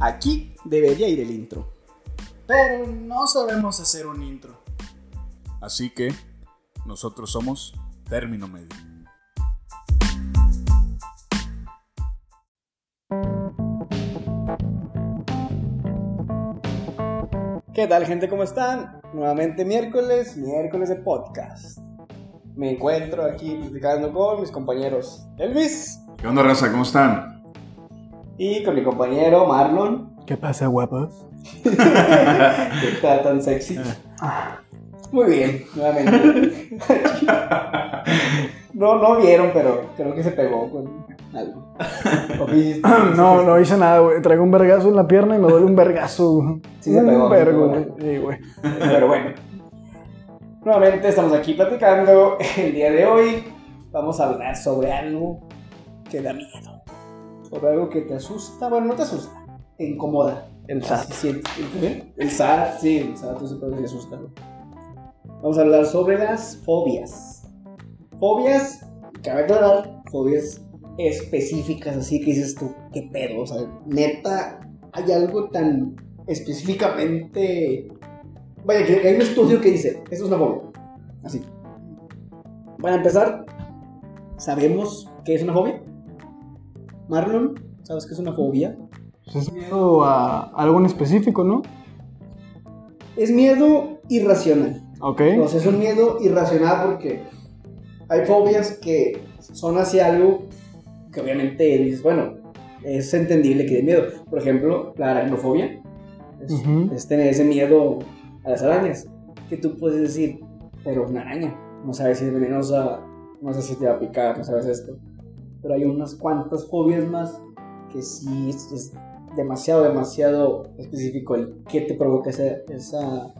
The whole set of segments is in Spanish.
Aquí debería ir el intro. Pero no sabemos hacer un intro. Así que nosotros somos término medio. ¿Qué tal gente? ¿Cómo están? Nuevamente miércoles, miércoles de podcast. Me encuentro aquí platicando con mis compañeros Elvis ¿Qué onda, raza? ¿Cómo están? y con mi compañero Marlon. ¿Qué pasa, guapos? que está tan sexy. Ah. Muy bien, nuevamente. No, no vieron, pero creo que se pegó con algo. ¿O viste? No, no hice nada, güey. Traigo un vergazo en la pierna y me duele un vergazo. güey. Sí, se un pegó, vergo, se güey. pegó. Sí, güey. Pero bueno, nuevamente estamos aquí platicando. El día de hoy vamos a hablar sobre algo que da miedo. Sobre algo que te asusta. Bueno, no te asusta, te incomoda. El Así sientes. ¿El qué? El SAT, sí, el SAT tú siempre te asusta. ¿no? Vamos a hablar sobre las fobias. Fobias, cabe aclarar, fobias específicas, así que dices tú, qué pedo, o sea, neta, hay algo tan específicamente... Vaya, que hay un estudio que dice, esto es una fobia, así. Para empezar, ¿sabemos qué es una fobia? Marlon, ¿sabes qué es una fobia? Pues Es miedo a algo en específico, ¿no? Es miedo irracional. Ok. O sea, es un miedo irracional porque hay fobias que son hacia algo que obviamente dices, bueno, es entendible que dé miedo. Por ejemplo, la aracnofobia es, Ujú. es tener ese miedo a las arañas. Que tú puedes decir, pero es una araña, no sabes si es venenosa, no sé si te va a picar, no sabes esto. Pero hay unas cuantas fobias más que sí es, es demasiado, demasiado específico el que te provoca esa, esa,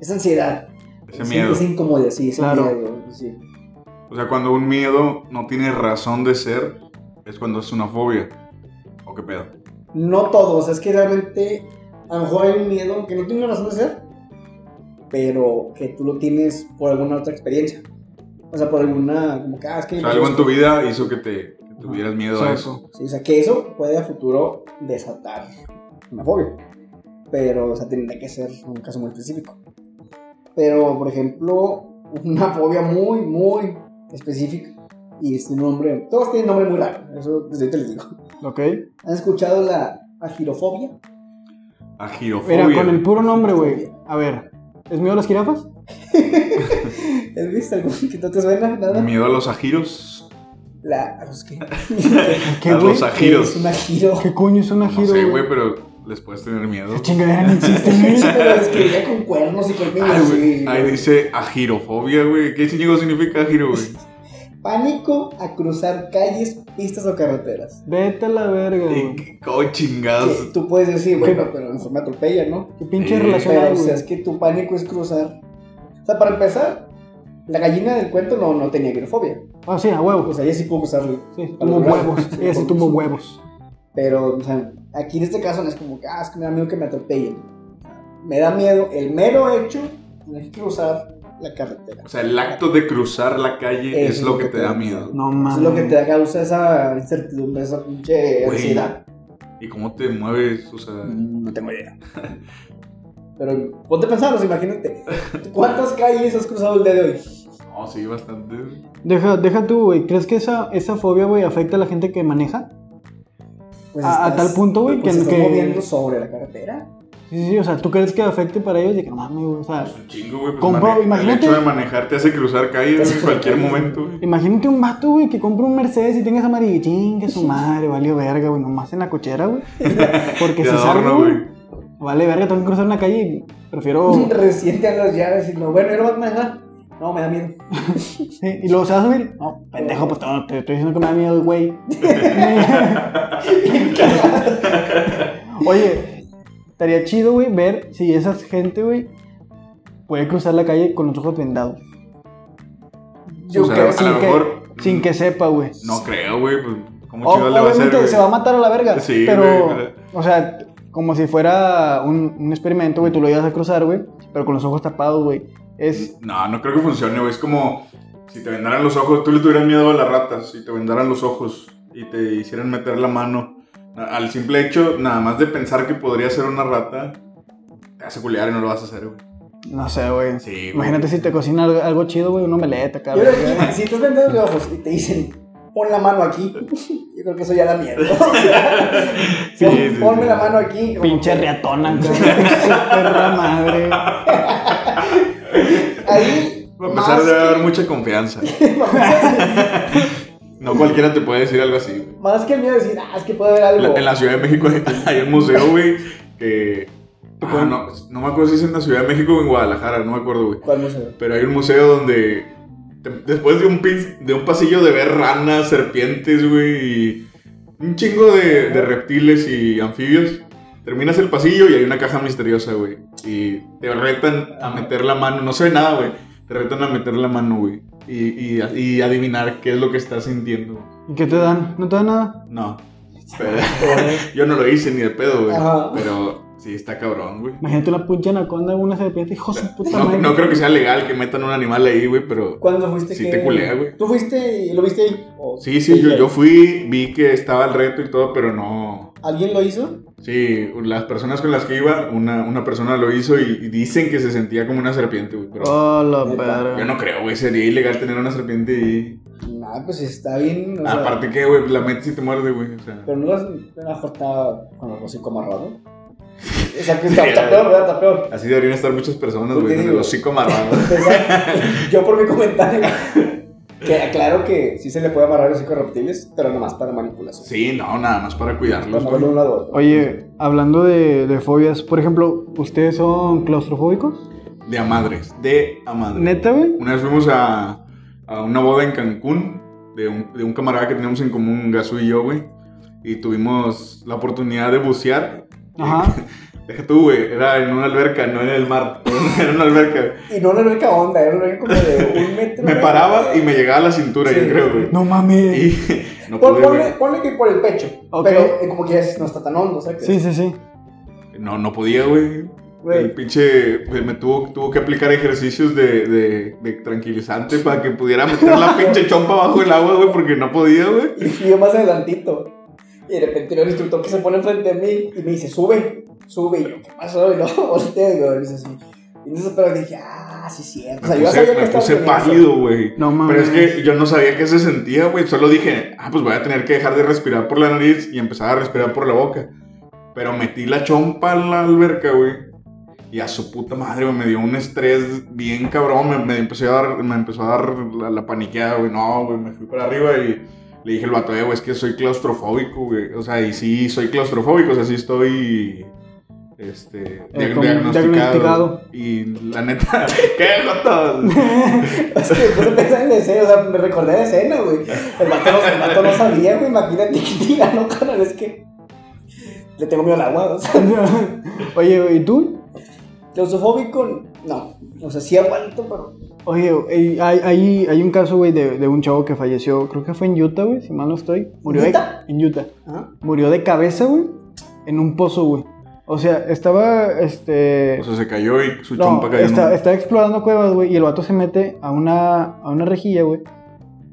esa ansiedad. Ese Sí, miedo. Esa incomodidad, sí, ese Claro. miedo, sí. O sea, cuando un miedo no tiene razón de ser, es cuando es una fobia. ¿O qué pedo? No todos, es que realmente a lo mejor hay un miedo que no tiene una razón de ser, pero que tú lo tienes por alguna otra experiencia. O sea, por alguna, como que, ah, es que... O sea, algo en tu vida hizo que te que tuvieras miedo a eso. Sí, o sea, que eso puede a futuro desatar una fobia. Pero, o sea, tendría que ser un caso muy específico. Pero, por ejemplo, una fobia muy, muy específica. Y es un nombre, todos tienen nombre muy raro, eso desde ahorita les digo. Ok. ¿Han escuchado la agirofobia? A Mira, con el girofobia. puro nombre, güey. A ver. ¿Es miedo a las jirafas? ¿Has visto algún que no te suena nada? Miedo a los agiros. La, a los que ¿Qué, a güey? los es agiros. una giro. ¿Qué coño es una No giro? sé, güey, güey? pero les puedes tener miedo. Esa chingadera no existe, güey. Pero escribía con cuernos y colmillos. Ay, güey, sí. Ahí dice agirofobia, güey. ¿Qué chingo significa agiro, güey? Pánico a cruzar calles, pistas o carreteras. Vete a la verga, ¿Y güey. qué co- chingados? Que tú puedes decir, bueno, pero a lo mejor me atropella, ¿no? ¿Qué pinche Sí. relación Pero, hay, o sea, es güey? que tu pánico es cruzar. O sea, para empezar, la gallina del cuento no, no tenía agrofobia. Ah, sí, a O huevos. sea, ella sí pudo cruzar Sí, tuvo Algo huevos. raro. Ella sí tuvo huevos. Pero, o sea, aquí en este caso no es como que, ah, es que me da miedo que me atropellen. Me da miedo el mero hecho de cruzar la carretera. O sea, el acto de cruzar la calle Eso es lo que te da miedo. No Eso mames. es lo que te causa esa incertidumbre, esa pinche Güey. ansiedad. ¿Y cómo te mueves? O sea, Mm, No tengo idea. Pero ponte a pensarlos, imagínate. ¿Cuántas calles has cruzado el día de hoy? no, sí, bastante. Deja, deja tú, güey. ¿Crees que esa, esa fobia, güey, afecta a la gente que maneja? Pues A- a tal punto, güey, pues que- estás que- moviendo sobre la carretera. Sí, sí, sí, o sea, ¿tú crees que afecte para ellos? De que no mames, güey, o sea, Es un chingo, güey. Pues Compa, mane- imagínate. El hecho de manejar te hace cruzar Te calles hace güey, en cualquier cruzar calles. momento, güey. imagínate un vato, güey, que compra un Mercedes y tenga esa amarilla, chingue su madre, vale verga, güey, nomás en la cochera, güey. Porque Te si adorno, salgo, güey. güey, vale verga, tengo que cruzar una calle y prefiero... Reciente a las llaves y no, bueno, ¿y lo vas a manejar? No, me da miedo. Sí, y luego se va a subir. No, pendejo, pues no, te estoy diciendo que me da miedo, güey. Oye, estaría chido, güey, ver si esa gente, güey, puede cruzar la calle con los ojos vendados. Yo O sea, creo a que sí. lo sin, mejor- mm, que, sin que sepa, güey. No creo, güey. Pues, ¿Cómo O- chingados le va a hacer? obviamente güey? se va a matar a la verga. Sí, pero, güey, pero- o sea, como si fuera un, un experimento, güey, tú lo ibas a cruzar, güey, pero con los ojos tapados, güey. Es. No, no creo que funcione, güey. Es como si te vendaran los ojos. Tú le tuvieras miedo a las ratas. Si te vendaran los ojos y te hicieran meter la mano Na- Al simple hecho, nada más de pensar que podría ser una rata, te hace culiar y no lo vas a hacer, güey. No sé, güey. Sí, güey. Imagínate si te cocina algo, algo chido, güey, un omelette acá. Yo güey. creo que si estás vendiendo de ojos y te dicen, pon la mano aquí, yo creo que eso ya da miedo. O sea, Sí, pon- sí, sí. ponme la mano aquí. Pinche riatona, cabrón. perra madre. Ahí. Para empezar, más debe pues, haber que- mucha confianza. No cualquiera te puede decir algo así, güey. Más que el miedo de decir, ah, es que puede haber algo. La- En la Ciudad de México hay, hay un museo, güey, que... ah, pueden- no, no me acuerdo si es en la Ciudad de México o en Guadalajara, no me acuerdo, güey. ¿Cuál museo? Pero hay un museo donde te- después de un, pin- de un pasillo de ver ranas, serpientes, güey, y un chingo de, de reptiles y anfibios, terminas el pasillo y hay una caja misteriosa, güey. Y te retan a meter la mano, no sé nada, güey. Te retan a meter la mano, güey. Y, y, y adivinar qué es lo que estás sintiendo. ¿Y ¿Qué te dan? ¿No te dan nada? No. Pero- yo no lo hice ni de pedo, güey. Ajá. Pero sí, está cabrón, güey. Imagínate una pinche anaconda, una serpiente, hijo de su puta No, madre. no creo que sea legal que metan un animal ahí, güey, pero... ¿Cuándo fuiste? Sí que- te culea, güey. ¿Tú fuiste y lo viste ahí? ¿O Sí, sí, yo, te- yo fui, vi que estaba el reto y todo, pero no. ¿Alguien lo hizo? Sí, las personas con las que iba, una, una persona lo hizo y, y dicen que se sentía como una serpiente, güey. Pero Oh, la Neta. verga. yo no creo, güey, sería ilegal tener una serpiente y. Nah, pues está bien. o sea, Aparte que, güey, la metes y te muerde, güey. O sea, Pero no es una jornada con el hocico amarrado. O sea, que está, Sí, está peor, ¿verdad? Está peor. así deberían estar muchas personas, Pues te güey, con el digo. hocico amarrado. Pensar- yo por mi comentario. Que aclaro que sí se le puede amarrar los hocico a reptiles, pero nomás para manipulación. Sí, no, nada más para cuidarlos, Para moverlo de güey. un lado a otro. Oye, hablando de, de fobias, por ejemplo, ¿ustedes son claustrofóbicos? De a madres, de a madres. ¿Neta, güey? Una vez fuimos a, a una boda en Cancún de un, de un camarada que teníamos en común, Gazú y yo, güey. Y tuvimos la oportunidad de bucear. Ajá. Deja tú, güey. Era en una alberca, no en el mar. Era una alberca. Y no la única onda, era una alberca como de un metro. Me güey. paraba y me llegaba a la cintura, Sí. yo creo, güey. No mames. Y no Pon- pude, ponle, güey. ponle que por el pecho. Ok. Pero eh, como que ya es- no está tan hondo, o sea que. Sí, sí, sí. No, no podía, güey. Güey. El pinche güey, me tuvo, tuvo que aplicar ejercicios de, de, de tranquilizante para que pudiera meter la pinche chompa bajo el agua, güey, porque no podía, güey. Y fui yo más adelantito. Y de repente veo el instructor que se pone enfrente de mí y me dice, sube, sube. Y yo, ¿qué pasó? Y luego volteo y yo, dice así. Y entonces, pero dije, ah, sí, cierto. O sea, Me yo ya puse, sabía que me estaba puse teniendo eso. pálido, güey. No mames. Pero es que yo no sabía qué se sentía, güey. Solo dije, ah, pues voy a tener que dejar de respirar por la nariz y empezar a respirar por la boca. Pero metí la chompa en la alberca, güey. Y a su puta madre, güey, me dio un estrés bien cabrón. Me, me empezó a dar, me empezó a dar la, la paniqueada, güey. No, güey, me fui para arriba y le dije al vato, eh, güey, es que soy claustrofóbico, güey. O sea, y sí, soy claustrofóbico, o sea, sí estoy. Este, diag- con- diagnosticado. Eh, diagnosticado. Y la neta, ¿qué, jotos? Es que después de pensar en la escena, o sea, me recordé la escena, güey. El vato, no- el vato no sabía, güey. Imagínate que diga, no, carnal, es que le tengo miedo al agua, o sea. Oye, güey, ¿y tú? Claustrofóbico, no. O sea, sí aguanto, pero. Oye, güey, hay, hay, hay un caso, güey, de, de un chavo que falleció, creo que fue en Utah, güey, si mal no estoy. Murió ¿Utah? De, en Utah. Ajá. Murió de cabeza, güey, en un pozo, güey. O sea, estaba, este... O sea, se cayó y su No, chompa cayó. en está, un- está explorando cuevas, güey, y el vato se mete a una, a una rejilla, güey.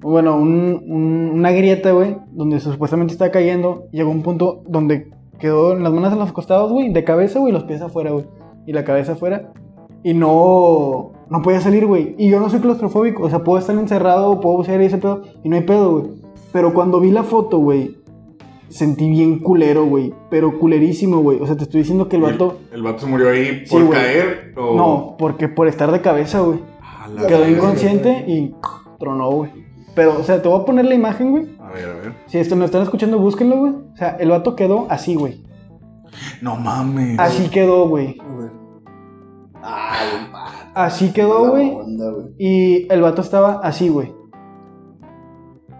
Bueno, un- un- una grieta, güey, donde supuestamente está cayendo. Llegó a un punto donde quedó en las manos en los costados, güey, de cabeza, güey, los pies afuera, güey. Y la cabeza afuera. Y no, no podía salir, güey. Y yo no soy claustrofóbico, o sea, puedo estar encerrado, puedo bucear y ese pedo, y no hay pedo, güey. Pero cuando vi la foto, güey, sentí bien culero, güey. Pero culerísimo, güey. O sea, te estoy diciendo que el vato... El, el vato se murió ahí Sí, por güey. caer o. No, porque por estar de cabeza, güey. A la Quedó verga. inconsciente y tronó, güey. Pero, o sea, te voy a poner la imagen, güey. A ver, a ver. Si esto me están escuchando, búsquenlo, güey. O sea, el vato quedó así, güey. No mames. Así quedó, güey. Ay, pa. Así quedó, la güey. onda, güey. Y el vato estaba así, güey.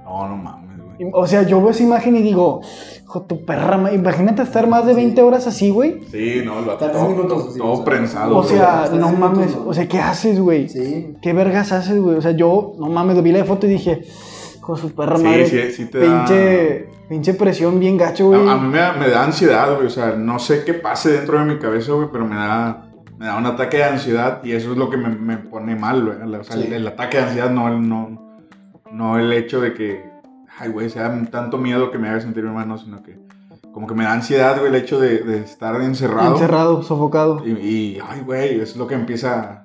No, no mames, güey. Y- O sea, yo veo esa imagen y digo, hijo de tu perra, ma- imagínate estar más de 20 horas así, güey. Sí, no, el vato. Tres Todo, minutos, todo, sí, todo o sea. prensado. O güey. sea, Estás no haciendo mames. tus- O sea, ¿qué haces, güey? Sí. ¿Qué vergas haces, güey? O sea, yo, no mames, vi la foto y dije, hijo de su perra Sí, madre. sí, sí te da- pinche, pinche presión bien gacho, güey. A, a mí me da, me da ansiedad, güey. O sea, no sé qué pase dentro de mi cabeza, güey, pero me da, me da un ataque de ansiedad y eso es lo que me, me pone mal, güey. La- O sea, Sí. el, el ataque de ansiedad no, el- no, no el hecho de que, ay, güey, sea tanto miedo que me haga sentir mal, no, sino que como que me da ansiedad, güey, el hecho de, de estar encerrado. Encerrado, sofocado. Y, y, ay, güey, es lo que empieza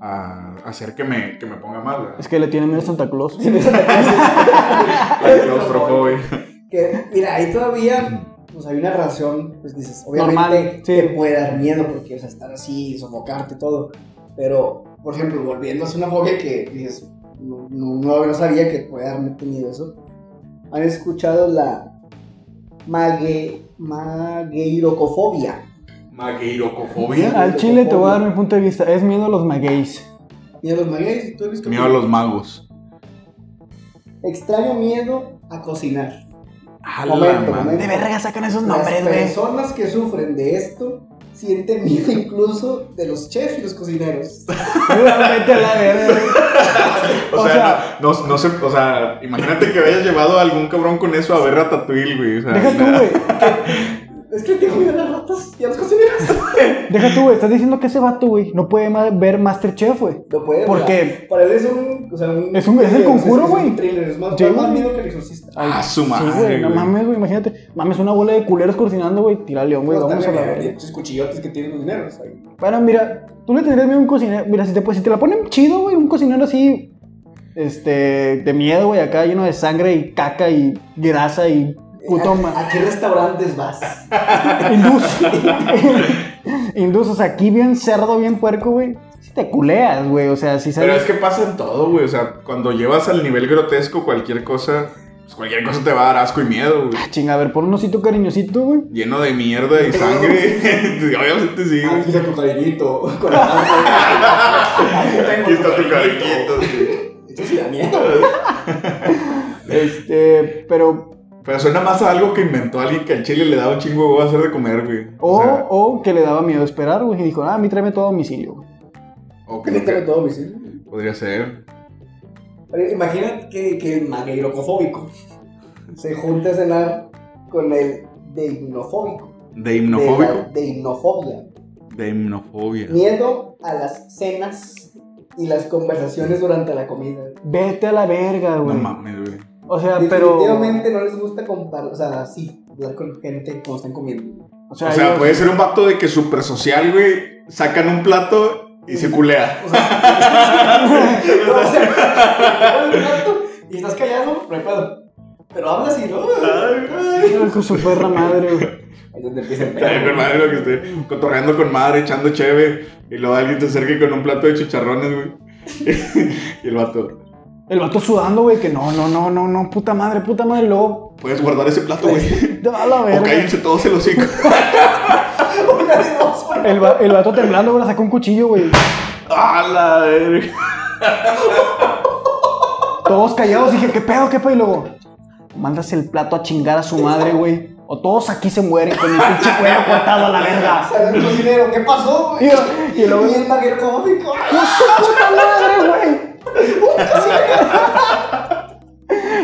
a hacer que me, que me ponga mal, güey. Es que le tiene miedo a Santa Claus. La claustrofobia. Que, mira, ahí todavía pues, hay una relación, pues dices, obviamente Normal, sí. te puede dar miedo porque, o sea, estar así, sofocarte y todo. Pero, por ejemplo, volviendo a hacer una fobia que dices, no, no, no- no sabía que puede darme miedo eso. ¿Han escuchado la mague, magueirocofobia? Magueirocofobia. Al chile te voy a dar mi punto de vista. Es miedo a los magueys. ¿Miedo a los magueyes? ¿Tú has visto? Miedo a los magos. Extraño miedo a cocinar. A Momento, madre. momento. De verga sacan esos Las nombres, güey. personas que sufren de esto sienten miedo incluso de los chefs y los cocineros. Vete a la verga. O, O sea, sea- no, no, no sé, o sea, imagínate que hayas llevado a algún cabrón con eso a ver Ratatouille, güey. O sea, Deja tú, güey. Es que tengo miedo a las ratas y a los cocineros. Deja tú, güey. Estás diciendo que ese vato, güey, no puede ma- ver Masterchef, güey. Lo puede ¿Por o sea, qué? Para él es un. O sea, un Es un- es el thriller, conjuro, es un güey. thriller, Es más, Sí, da más güey. miedo que el exorcista. Ah, su madre, Sí, güey. No güey. mames, güey. Imagínate. Mames, una bola de culeros cocinando, güey. Tira león, güey. Pues, Vamos a también la hay verga. muchos cuchillotes que tienen los dineros. ahí. Bueno, mira, tú le tendrías miedo a un cocinero. Mira, si te, pues, si te la ponen chido, güey, un cocinero así, este, de miedo, güey, acá lleno de sangre y caca y grasa y puto ma- ¿A, a qué restaurantes vas? Indus. Indus, o sea, aquí bien cerdo, bien puerco, güey. Si te culeas, güey, o sea, si Pero sabes. es que pasa en todo, güey. O sea, cuando llevas al nivel grotesco cualquier cosa, pues cualquier cosa te va a dar asco y miedo, güey. Chinga, a ver, pon un osito cariñosito, güey. Lleno de mierda y sangre. Obviamente sí, güey. Aquí está tu cariñito. Con la- Ah, Aquí está tu cariñito, sí. Eso sí da miedo. Este, pero. Pero suena más a algo que inventó alguien que al chile le da un chingo de huevo hacer de comer, güey. O, O, sea, o que le daba miedo esperar, güey, y dijo, ah, a mí tráeme todo a domicilio, güey. o que Mételo nunca- todo, mi sí. podría ser. Pero Imagina que, que el magueirocofóbico se junta a cenar con el deimnofóbico. De De himnofóbico. la deimnofobia. De himnofobia. Miedo a las cenas y las conversaciones durante la comida. Vete a la verga, No güey. mames, güey. o sea, pero. Definitivamente no les gusta compar, o sea, sí, hablar con gente cuando están comiendo. O sea, pues. ellos- puede ser un vato de que súper social, güey. Sacan un plato y se culea. O sea, o sea, te pones un rato y estás callado, no hay pedo. Pero hablas y no. Ay, Hijo de su perra madre, güey. Es donde empieza el Ay, con pedo. madre lo que esté cotorreando con madre, echando cheve. Y luego alguien te acerque con un plato de chicharrones, güey. y el vato, El vato sudando, güey, que no, no, no, no, no, puta madre, puta madre, y luego. puedes guardar ese plato, güey. A la O verga. cállense todos el hocico. Una de dos, güey. El, va- el vato temblando, güey, sacó un cuchillo, güey. ¡A la verga! Todos callados, dije, ¿qué pedo, qué pedo? Y luego, mandas el plato a chingar a su madre, güey. O todos aquí se mueren con el pinche cuero cortado a la verga. Sale el cocinero, ¿qué pasó? güey? Y- y luego- Y el magueirocofóbico. ¡Hijo de su puta madre, güey!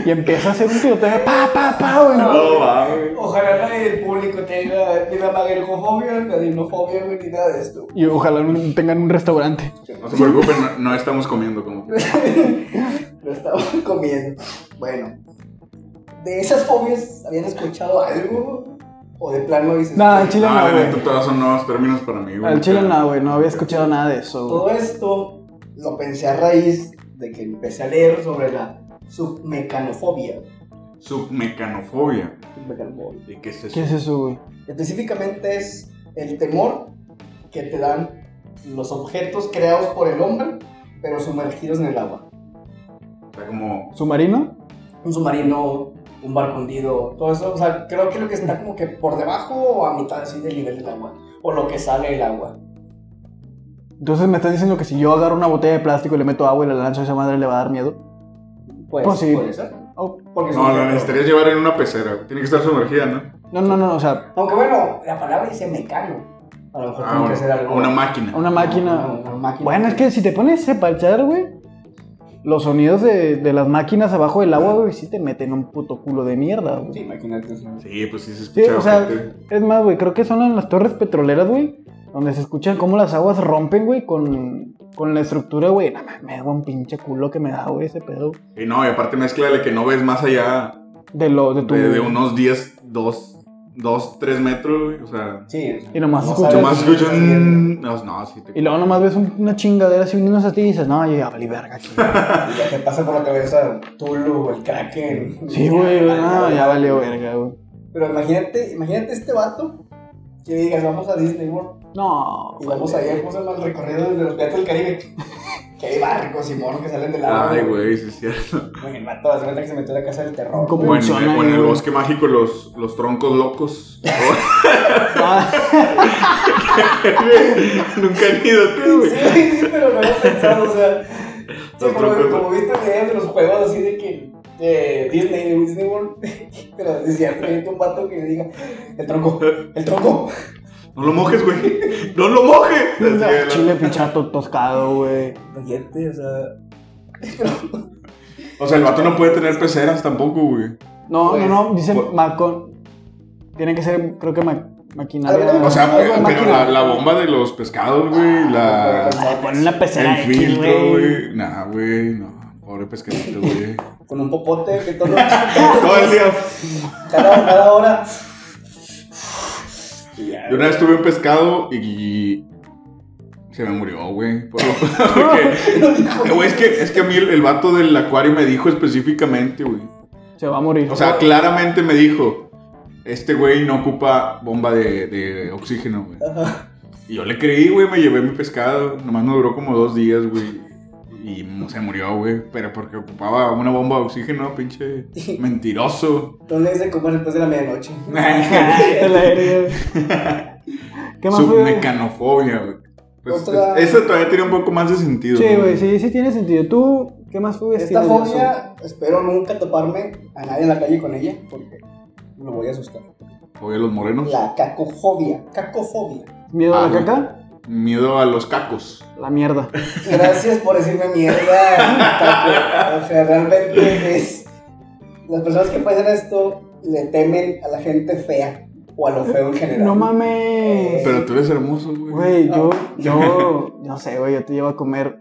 Y empieza a hacer un tiroteo, pa, pa, pa, güey. No, mames. Ojalá nadie del público tenga ni la maguerofobia, ni la dinofobia, güey, ni nada de esto. Y ojalá no tengan un restaurante. No se preocupen, no, no estamos comiendo como que. Lo estaba comiendo. Bueno, ¿de esas fobias habían escuchado algo? ¿O de plano dices? Nah, "Güey, al chile No, no, la neta, güey. todas son nuevos términos para mí, güey. Al chile no, güey. No había escuchado nada de eso, güey. Todo esto lo pensé a raíz de que empecé a leer sobre la submecanofobia. Submecanofobia. Submecanofobia. ¿Y qué es eso? ¿Qué es eso, güey? Específicamente es el temor que te dan los objetos creados por el hombre, pero sumergidos en el agua. Está como. ¿Submarino? un submarino, un barco hundido, todo eso. O sea, creo que lo que está como que por debajo o a mitad así del nivel del agua. O lo que sale del agua. Entonces me estás diciendo que si yo agarro una botella de plástico y le meto agua y la lanzo a esa madre le va a dar miedo. Pues, Pues sí. puede ser. Oh. Porque es No, un la objeto. necesitarías llevar en una pecera. güey. Tiene que estar sumergida, ¿no? No, no, no, o sea, Aunque bueno, la palabra dice mecano. A lo mejor Ah, tiene que bueno, ser algo. una máquina. una Una, máquina. una máquina. Bueno, es que si te pones a parchar, güey, los sonidos de, de las máquinas abajo del agua, güey, sí te meten un puto culo de mierda, güey. Sí, imagínate. Sí, pues sí se Sí, escucha. o sea, ojete. es más, güey, creo que son en las torres petroleras, güey, donde se escuchan cómo las aguas rompen, güey, con, con la estructura, güey. No mames, me da un pinche culo que me da, güey, ese pedo. Y no, y aparte mezcla de que no ves más allá De lo, de tu... de, de unos 10, 2, dos, tres metros, güey. O sea, Sí. Y nomás no escuchas- sabes nomás qué está escucho haciendo. un. No, no, sí te. Y luego nomás ves un- una chingadera así unos a ti y dices, no, yo ya valí verga aquí. Y ya te pasa por la cabeza Tulu, el Kraken. Sí, güey, no, ya valió verga, güey. Pero imagínate, imagínate este vato que digas, vamos a Disney World No, y vamos allá, ¿cómo se llama el recorrido de los piratas del Caribe? que hay barcos y monos que salen del agua. Ay, güey, sí es cierto. Güey, el vato hace cuenta que se metió a la casa del terror. ¿Cómo? O en, o Funciona, en el güey. bosque mágico, los, los troncos locos. Ah, Nunca han ido, tío, Sí, güey. sí, pero no lo he pensado, o sea. sí, Los como, troncos. como viste videos de los juegos así de que de Disney, de Disney World, pero es cierto, hay un vato que le diga, el tronco, el tronco. No lo mojes, güey. No lo mojes. Así era. Chile pichato toscado, güey. Imagínate, o sea. O sea, el vato no puede tener peceras tampoco, güey. No, Pues, no, no, dice pues- Macon. Tiene que ser, creo que ma- A ver, maquinaria. O sea, Ah, pero, con pero máquina. la, la bomba de los pescados, Ah, güey. pues, La, Ay, Ponen la el pecera de aquí, filtro, güey. güey. Nah, güey, no. Pobre pescadito, güey. Con un popote que todo. Todo el día. Cada, cada hora. Y ya, Yo una vez tuve un pescado y. Se me murió, güey. Por lo- porque- güey, es, que, es que a mí el, el vato del acuario me dijo específicamente, güey. Se va a morir. O sea, claramente me dijo: Este güey no ocupa bomba de, de oxígeno, güey. Ajá. Y yo le creí, güey, me llevé mi pescado. Nomás me duró como dos días, güey. Y m- se murió, güey. Pero porque ocupaba una bomba de oxígeno, pinche mentiroso. No le hice comer después de la medianoche. Ay, te la verga. ¿Qué más, Su güey? mecanofobia, güey. Pues, Otra- es- Eso todavía tiene un poco más de sentido. Sí, ¿no? güey, sí, sí tiene sentido. ¿Tú qué más Este, subes? Esta tienes, Yasu? fobia, espero nunca toparme a nadie en la calle con ella porque me voy a asustar. Oye, los morenos. La cacofobia, cacofobia. ¿Miedo a Ah, la güey. caca? Miedo a los cacos. La mierda. Gracias por decirme mierda, caco. O sea, realmente es. Las personas que pasan esto le temen a la gente fea o a lo feo en general. No mames. Pero tú eres hermoso, güey. Güey, yo, Ah. yo, no sé, güey, yo te llevo a comer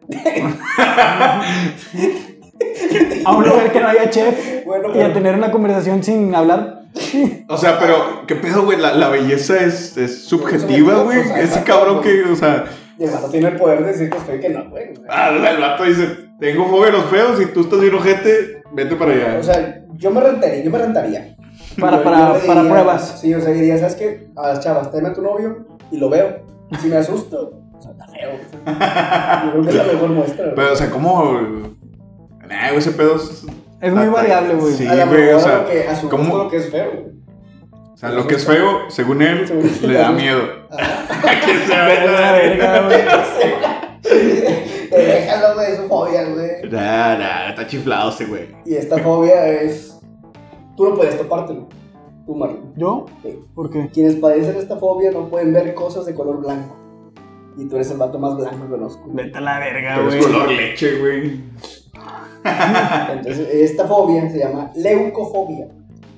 a un lugar que no haya chef Bueno, y a pero- tener una conversación sin hablar. O sea, pero, ¿qué pedo, güey? La, la belleza es, es subjetiva, Subjetiva, güey. o sea, Ese exacto, cabrón güey. que, o sea. Y el vato tiene el poder de decir que estoy que no, güey. Ah, o sea, el vato dice, tengo fobia a los feos y tú estás bien ojete, vete para allá. O sea, yo me rentaría, yo me rentaría. Para, Yo- para, yo le para diría- pruebas. Sí, o sea, diría, ¿sabes qué? A las chavas, tráeme a tu novio y lo veo. Si me asusto, o sea, está feo. Yo creo que es la mejor muestra. güey. Pero, o sea, ¿cómo...? Nah, güey, ese pedo es... Es muy Ah, variable, güey. sí. a la güey, mejor o sea, lo que, a su ¿cómo? gusto lo que es feo. güey. O sea, lo que es feo, según él, Según- le da miedo. que se Es una vaya. verga, güey. Eh, Déjalo, güey, es fobia, güey. Nah, nah, está chiflado ese güey. Y esta fobia es. Tú no puedes topártelo. Tú, Marlon. ¿Yo? Sí. ¿Por qué? Quienes padecen esta fobia no pueden ver cosas de color blanco. Y tú eres el vato más blanco que conozco. Vete a la verga, Pero güey. es color leche, güey. Entonces, esta fobia se llama leucofobia.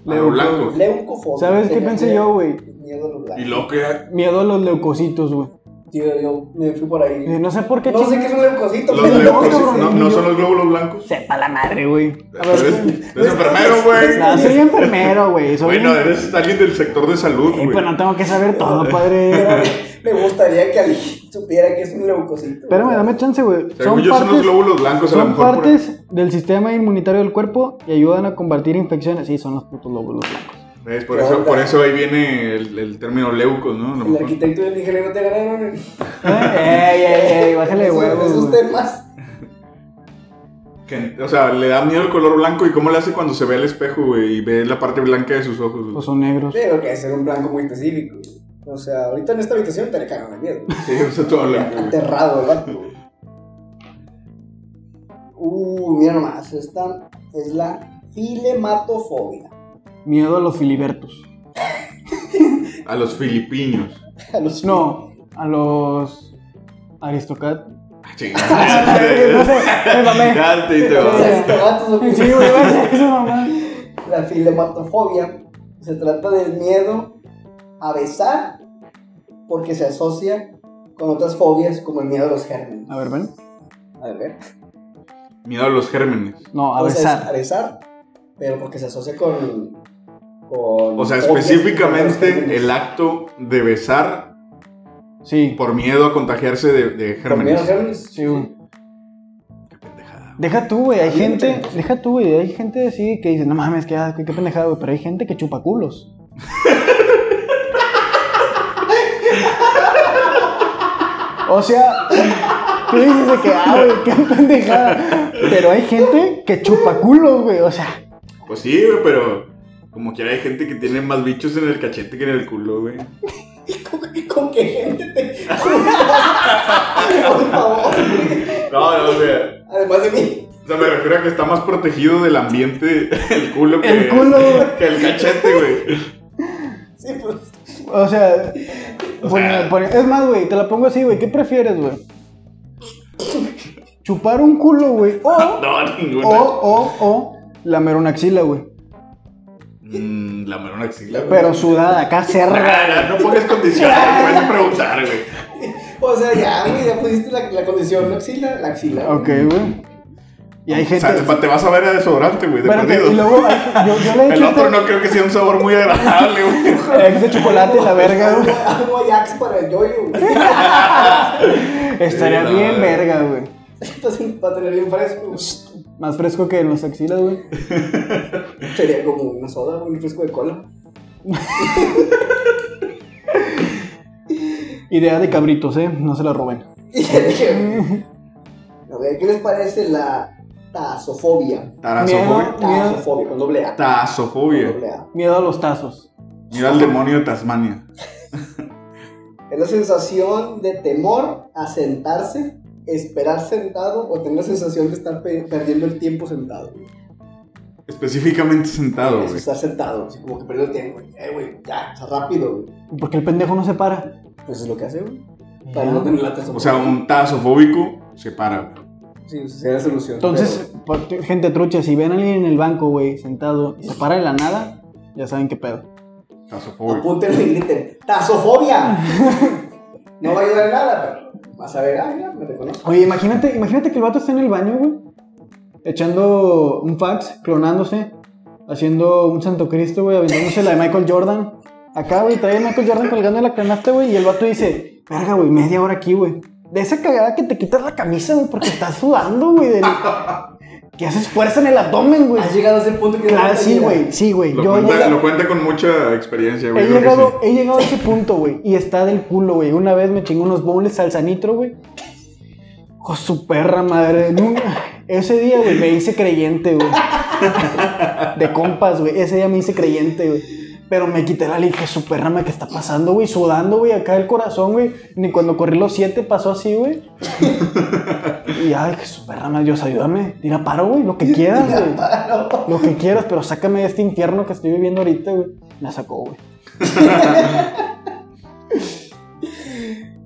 A lo blanco. Leucofobia. ¿Sabes qué Tenía pensé miedo- yo, güey? Miedo a los Y blancos. lo que... Miedo a los leucocitos, güey. Tío, yo me fui por ahí. Eh, No sé por qué No sé chingas- qué es un leucocito, Los pero no, leucocitos, cabrón, no, no niño. son los glóbulos blancos. Sepa la madre, güey. A ver, Eres, güey. eres enfermero, güey. No, soy enfermero, güey. soy eh, Bueno, eh, un- eres alguien del sector de salud, Eh, pero güey. no tengo que saber todo, padre. Pero me gustaría que alguien supiera que es un leucocito. Espérame, dame chance, güey. Según Son yo son los partes, glóbulos blancos, pues, a lo son mejor... por- partes del sistema inmunitario del cuerpo y ayudan a combatir infecciones. Sí, son los putos glóbulos blancos. ¿Ves? Por, ¿Qué eso, onda? por eso ahí viene el, el término leucos, ¿no? A lo El mejor. arquitecto y el ingeniero te ganaron. Eh, Ey, ey, ey, bájale de Esos- huevos. Esos güey. temas. Que- o sea, le da miedo el color blanco y cómo le hace cuando se ve al espejo, güey, y ve la parte blanca de sus ojos. güey? Pues son negros. Pero que es ser un blanco muy específico. O sea, ahorita en esta habitación te le cagan de miedo. Sí, o sea, todo blanco, güey. Aterrado, ¿verdad? Uh, mira nomás. Esta es la filematofobia. Miedo a los filibertos. A los filipinos. A los No, a los aristocrat. Ah, no chingada. sé, me mamé. Ya te- te O vas. sea, estos vatos, ¿o qué? Sí, güey, iba a decir eso, mamá. La filematofobia se trata del miedo a besar porque se asocia con otras fobias como el miedo a los gérmenes. A ver, ven. A ver. Miedo a los gérmenes. No, a O sea, es besar. a besar, pero porque se asocia con, con O sea, fobias, específicamente con el acto de besar Sí. por miedo a contagiarse de, de con miedo a gérmenes. gérmenes. Sí, güey. Qué pendejada. Deja tú, güey. Hay Había gente, mucha gente. deja tú, güey. Hay gente así que dice, no mames, qué, asco, qué pendejada, güey. Pero hay gente que chupa culos. O sea, tú dices de que, ah, güey, qué pendejada. Pero hay gente que chupa culos, güey. O sea, Pues sí, güey, pero como quiera hay gente que tiene más bichos en el cachete que en el culo, güey. ¿Y con, y con qué gente te.? Por favor. No, no, o sea, Además de mí. o sea, me refiero a que está más protegido del ambiente el culo que El culo, güey. que el cachete, güey. Sí, pues. o sea, O pone- sea- pone- es más, güey, te la pongo así, güey. ¿Qué prefieres, güey? Chupar un culo, güey. O, No, o, ninguna. o, o, lamer una axila, güey. Mm, la mano en la axila, güey. Pero sudada, acá cerrada. Nah, nah, no pongas condiciones, me vas a preguntar, güey. O sea, ya, güey, ya pusiste la, la condición. La axila, la axila. Ok, güey. Y hay O sea, gente. te, te vas a ver a desodorante, güey, de Espérate, perdido. y luego hay- yo, yo le he El hecho este otro no creo que sea un sabor muy agradable, güey. de chocolate y la verga, güey. Agua- Agua y axe para el yoyo, güey. Estaría Sí, la bien verdad. verga, güey. Entonces, para tener bien fresco, pues, Más fresco que en los axilas, güey. sería como una soda, güey, un fresco de cola. Idea de cabritos, eh. No se la roben. Y le dije, a ver, ¿qué les parece la tasofobia? Tarazofobia. Tasofobia, con doble A. Con Tasofobia. doble A. Miedo a los tazos. Mira al demonio de Tasmania. Es la sensación de temor a sentarse, esperar sentado o tener la sensación de estar pe- perdiendo el tiempo sentado. güey. Específicamente sentado, Es güey. estar sentado, así como que perdió el tiempo. güey. Eh, güey, ya, o sea, rápido, güey. ¿Por qué el pendejo no se para? Pues es lo que hace, güey. Para no tener la tasofobia. O sea, un tasofóbico se para. güey. Sí, o sea, sería la solución. Entonces, por- gente trucha, si ven a alguien en el banco, güey, sentado y se para de la nada, ya saben qué pedo. Pero Tasofóbico. apúntenlo y griten, ¡tasofobia! no va a ayudar en nada, pero vas a ver, ah, mira, me reconozco. Oye, imagínate, imagínate que el vato está en el baño, güey. Echando un fax, clonándose, haciendo un Santo Cristo, güey, aventándose la de Michael Jordan. Acá, güey, trae a Michael Jordan colgando de la canasta, güey, y el vato dice, verga, güey, media hora aquí, güey. De esa cagada que te quitas la camisa, güey, porque estás sudando, güey, del- que haces fuerza en el abdomen, güey. Has llegado a ese punto que... Claro, sí, güey, sí, güey. Lo Yo he cuenta, llegado- lo cuenta con mucha experiencia, güey. He yo creo que llegado, he llegado a ese punto, güey. Y está del culo, güey. Una vez me chingué unos bowls salsa nitro, güey. Con su perra madre. Nunca- Ese día, güey, me hice creyente, güey. De compas, güey. Ese día me hice creyente, güey. Pero me quité la lija, su perra, madre, ¿qué está pasando, güey? Sudando, güey, acá el corazón, güey. Ni cuando corrí los siete pasó así, güey. Y ay, que su perra, madre, Dios, ayúdame. Tira paro, güey, lo que quieras, güey. Lo que quieras, pero sácame de este infierno que estoy viviendo ahorita, güey. La sacó, güey.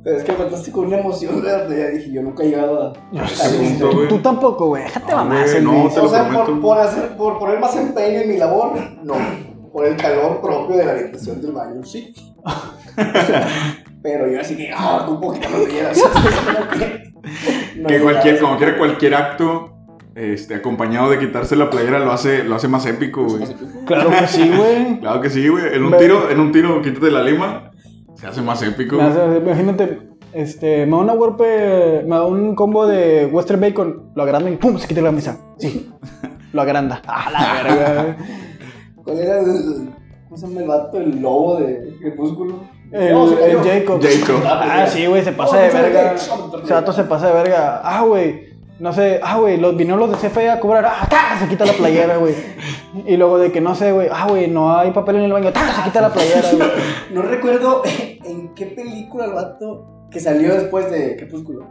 Pero es que faltaste con una emoción, ¿verdad? Ya dije, yo nunca he llegado a... Yo Está sé, bien, tú, güey. este, tú tampoco, güey. Déjate No, mamar, güey, Sergio. no, te o lo sea, por, prometo. por hacer, por poner más empeño en mi labor, no. Por el calor propio de la habitación del baño, sí. Pero yo así que, ah, con un poquito más de hielo, así, como que- no que llegaba a cualquier, ese como quiera, punto. cualquier acto este, acompañado de quitarse la playera lo hace, lo hace más épico, güey. Claro que sí, güey. Claro que sí, güey. En un Ve- tiro, en un tiro, quítate la lima, se hace más épico. Me güey. hace- Imagínate, este, me da una golpe, me da un combo de Western Bacon, lo agranda y pum, se quita la camisa. Sí, lo agranda. A la verga, güey. ¿Cuál era el. ¿Cómo se llama el vato? El lobo de Crepúsculo. No, se El, cayó. el Jacob. Jacob. Ah, sí, güey, se pasa de verga. Ese vato se pasa de verga. Ah, güey. No sé, ah, güey, los vinieron los de CFE a cobrar, ah, ta, se quita la playera, güey. Y luego de que no sé, güey, ah, güey, no hay papel en el baño, ta, se quita la playera, güey. No recuerdo en qué película el vato que salió después de Crepúsculo.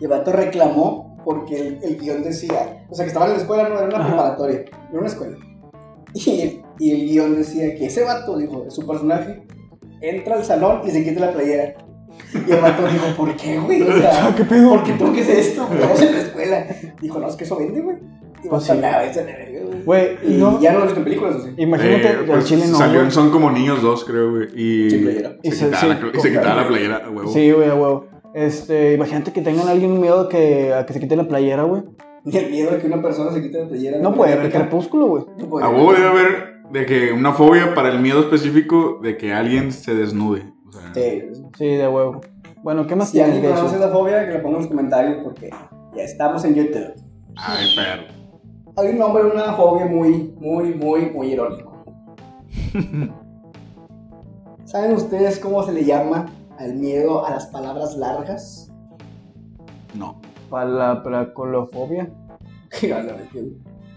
Y el vato reclamó porque el, el guión decía. O sea, que estaban en la escuela, no era una Ajá. preparatoria, era una escuela. Y el, y el guión decía que ese vato, dijo, su personaje, entra al salón y se quita la playera. Y el vato dijo, ¿por qué, güey? O sea, ¿Qué pedo? ¿Por qué tengo que hacer esto? Estamos en la escuela. Dijo, no, es que eso vende, güey. Y Pues vas sí. a la vez en el verga, güey. Güey, Y no, ya no lo he visto en películas, o sí. Imagínate, Eh, al pues, chile no. Salió güey. en Son como niños dos, creo, güey. Y Sin playera. Y se, se- quitaba sí, la, cl- y se con quitaba la playera. playera, a huevo. Sí, güey, a huevo. Este, imagínate que tengan alguien miedo que, a que se quite la playera, güey. Y el miedo de que una persona se quite la playera. No puede haber crepúsculo, güey. No A huevo debe haber de que una fobia para el miedo específico de que alguien se desnude. O sea, Sí. Sí, de huevo. Bueno, ¿qué más Si tienes, alguien Geisha? conoce esa fobia, que la ponga en los comentarios porque ya estamos en YouTube. Ay, perro. Hay un nombre, una fobia muy, muy, muy, muy irónico. ¿Saben ustedes cómo se le llama al miedo a las palabras largas? No. Palapracolofobia.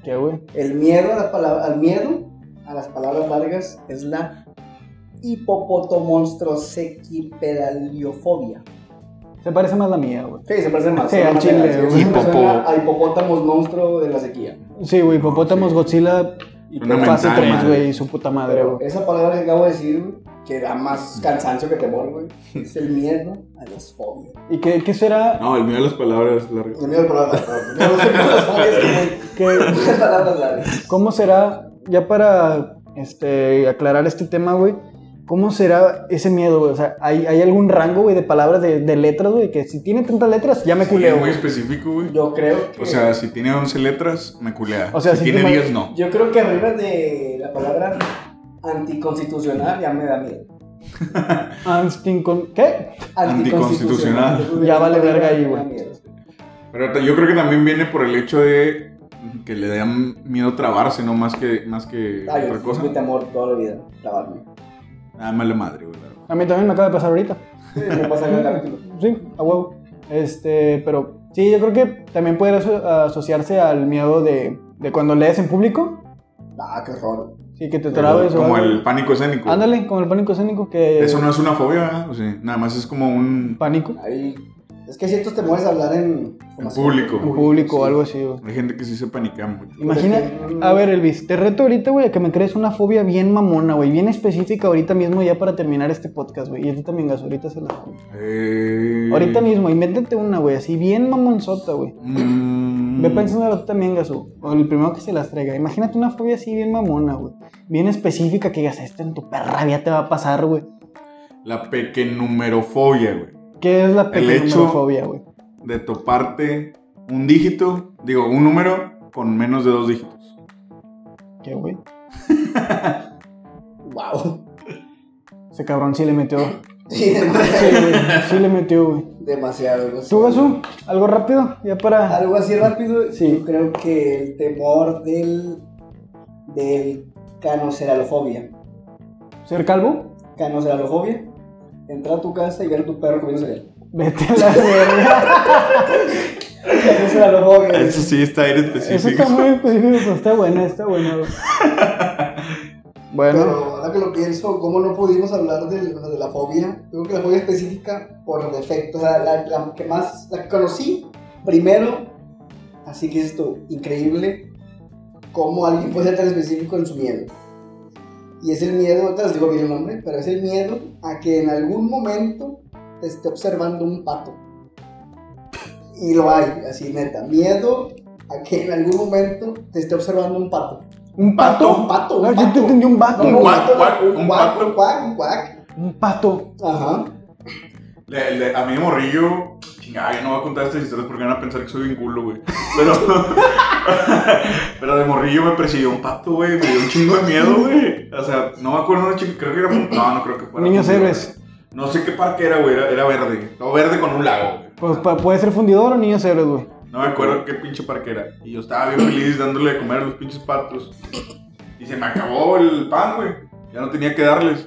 ¿Qué, güey? El miedo a las palabras, al miedo a las palabras largas es la hipopotomonstrosecipedaliofobia. Se parece más a la mía, güey. Sí, se parece más. Sí, al chile, güey. Hipopo- A hipopótamos monstruo de la sequía. Sí, güey, Popótamos Sí. Godzilla y Una fase mentada de 3, madre. güey, y su puta madre, Pero Ah, güey. esa palabra que acabo de decir, güey, que da más cansancio que temor, güey, es el miedo a las fobias. ¿Y qué, qué será? No, el miedo a las palabras largas. El miedo a las palabras largas. El miedo a las fobias, güey. ¿Qué- Las palabras largas. ¿Cómo será, ya para este, aclarar este tema, güey? ¿Cómo será ese miedo, güey? O sea, ¿hay, hay algún rango, güey, de palabras, de, de letras, güey? Que si tiene tantas letras, ya me Sí, culeo, es muy güey. específico, güey. Yo creo que... O sea, si tiene 11 letras, me culea. O sea, si si tiene te ma- 10, no. Yo creo que arriba de la palabra anticonstitucional ya me da miedo. Anstin Ah, con- ¿Qué? Anticonstitucional. Ya vale verga ahí, güey. Me da miedo. Pero ta- yo creo que también viene por el hecho de que le dan miedo trabarse, ¿no? Más que, más que Ah, yo otra cosa. fui temor toda la vida, lavarme. Nada más la madre, güey. la verdad. A mí también me acaba de pasar ahorita. Sí, me pasa el capítulo. Sí, a huevo. Este, pero sí, yo creo que también puede aso- asociarse al miedo de, de cuando lees en público. Ah, qué horror. Sí, que te trabes o Como algo. el pánico escénico. Ándale, como el pánico escénico que... Eso no es una fobia, ¿verdad? O sea, nada más es como un... Pánico. Ahí. Es que ciertos temores a hablar en, En público. En público o algo así, güey. Hay gente que sí se panica mucho. Imagina, a ver, Elvis, te reto ahorita, güey, a que me crees una fobia bien mamona, güey, bien específica ahorita mismo ya para terminar este podcast, güey. Y a ti también, Gas, ahorita se la pongo. Eh, Ahorita mismo, invéntate una, güey, así bien mamonzota, güey. mm, Ve pensándola tú también, Gasú, o el primero que se las traiga. Imagínate una fobia así bien mamona, güey. Bien específica que digas, esta en tu perra ya te va a pasar, güey. La pequeñumerofobia, güey. ¿Qué es la El hecho- pequeñumerofobia, güey? De toparte un dígito, digo, un número con menos de dos dígitos. ¿Qué, güey? Wow. Ese cabrón sí le metió. Sí, Sí, güey, sí le metió, güey. demasiado. güey. ¿Tú, Gasú? ¿Algo rápido? Ya para... Algo así rápido. Sí. Yo creo que el temor del. del canoceralofobia. ¿Ser calvo? Canoceralofobia. Entrar a tu casa y ver a tu perro comiendo cereal. Vete a la verga. Canoceralofobia. Eso sí está en Eso específico. está muy específico, pero está bueno, está bueno. güey. Pero Bueno, ahora que lo pienso, ¿cómo no pudimos hablar del- de, la fobia? Yo creo que la fobia específica por defecto, o sea, la, la que más, la que conocí primero, así que es esto, increíble, cómo alguien puede ser tan específico en su miedo. Y es el miedo, te las digo bien el nombre, pero es el miedo a que en algún momento te esté observando un pato. Y lo hay, así neta, miedo a que en algún momento te esté observando un pato. un Un pato. pato, No, un yo te pato. entendí un No, vato. un Un güey. guac, guac, guac, un un guac, pato. un guac, un guac. Un pato. Ajá. Le- le- a mí de morrillo, chingada, yo no voy a contar estas historias porque van a pensar que soy un culo, güey. Pero, pero de morrillo me persiguió un pato, güey. Me dio un chingo de miedo, güey. O sea, no me acuerdo, una chica, creo que era. No, no creo que fuera. Niños fundidor. héroes. No sé qué parque era, güey. Era, era verde. Todo verde con un lago, güey. Pues pa- puede ser fundidor o niños héroes, güey. No me acuerdo qué pinche parque era. Y yo estaba bien feliz dándole de comer a los pinches patos. Y se me acabó el pan, güey. Ya no tenía que darles.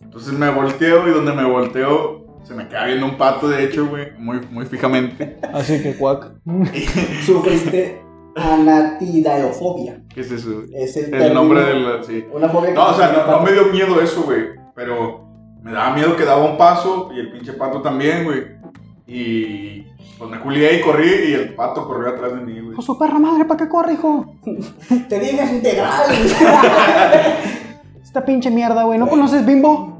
Entonces me volteo y donde me volteo se me queda viendo un pato, de hecho, güey. Muy, muy fijamente. Así que cuac. Sufriste anatidalofobia. ¿Qué es eso? güey? Es el, El término. nombre de la... Sí. Una fobia que No, o sea, no, significa no me dio miedo eso, güey. Pero me daba miedo que daba un paso y el pinche pato también, güey. Y pues me culié y corrí y el pato corrió atrás de mí, güey. Hijo su perra madre, ¿para qué corre, hijo? pato. Te digas integral. Esta pinche mierda, güey. ¿No conoces Bimbo?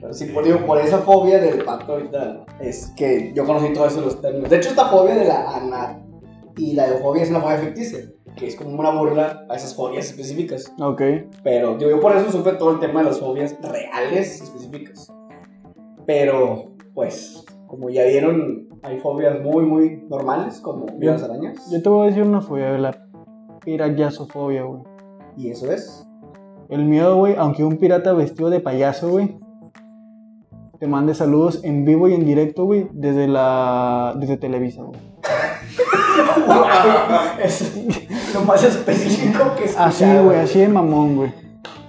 Pero sí, por, digo, por esa fobia del pato ahorita es que yo conocí todos esos los términos. De hecho, esta fobia de la anatidalofobia es una fobia ficticia, que es como una burla a esas fobias específicas. Ok. Pero digo, yo por eso supe todo el tema de las fobias reales específicas. Pero, pues, como ya vieron, hay fobias muy, muy normales, como miedo a las arañas. Yo te voy a decir una fobia, la pirayasofobia, güey. Y eso es. El miedo, güey, aunque un pirata vestido de payaso, güey, te mande saludos en vivo y en directo, güey, desde la. desde Televisa, güey. Es lo más específico que escuchaba. Así, güey, así de mamón, güey.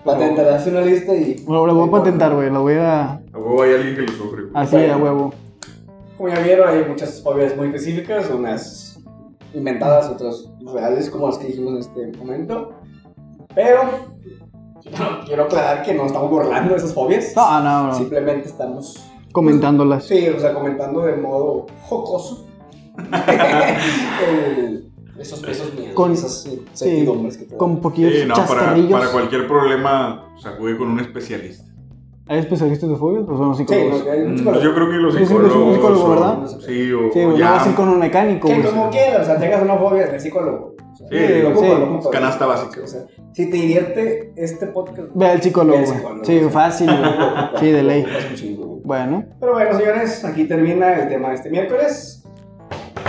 Patentarás una lista y. Bueno, lo voy a patentar, güey, lo voy a. A huevo hay alguien que lo sufre, güey. Así, a huevo. Como ya vieron, hay muchas fobias muy específicas, unas inventadas, otras reales, como las que dijimos en este momento. Pero quiero aclarar que no estamos burlando esas fobias. No, no, no. Simplemente estamos, Comentándolas. sí, o sea, comentando de modo jocoso el- esos, esos miedos, Con- esas eh, sí, incertidumbres que tenemos. Con poquillos Sí, no, para, chascarrillos. para cualquier problema, se acude con un especialista. ¿Hay especialistas de fobias? Pues bueno, Sí, psicólogos. no, que hay Mm, mucho Yo creo que los Yo siempre soy un psicólogos. psicólogo, o- ¿verdad? Sí, o, Sí, o güey, no ya. vas a ir con un mecánico, Que güey. como quieras, o sea, tengas una fobia del psicólogo. O sea, Sí, lo ocupo, sí, lo ocupo. canasta básica. O sea, si te divierte este podcast, Ve al psicólogo, Ve al güey. psicólogo, Sí, sí. fácil, güey. Sí, de ley. Es un chingo, güey. Bueno, Pero bueno, señores, aquí termina el tema de este miércoles.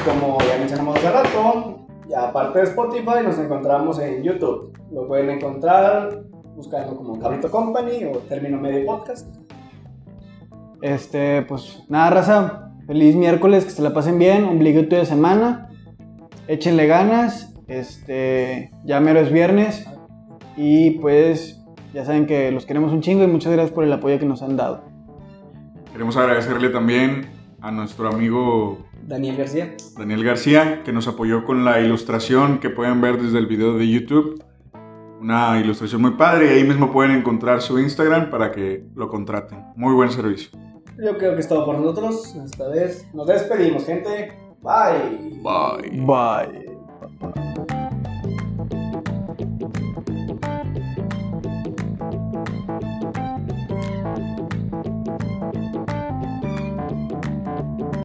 Como ya mencionamos hace rato, ya aparte de Spotify, nos encontramos en YouTube. Lo pueden encontrar buscando como Cabrito Company o Término Medio Podcast. este, pues nada, raza. Feliz miércoles, que se la pasen bien. Ombliguito de semana. Échenle ganas. Este, ya mero es viernes. Y pues, ya saben que los queremos un chingo y muchas gracias por el apoyo que nos han dado. Queremos agradecerle también a nuestro amigo Daniel García. Daniel García, que nos apoyó con la ilustración que pueden ver desde el video de YouTube. Una ilustración muy padre y ahí mismo pueden encontrar su Instagram para que lo contraten. Muy buen servicio. Yo creo que es todo por nosotros. Esta vez nos despedimos, gente. Bye. Bye. Bye.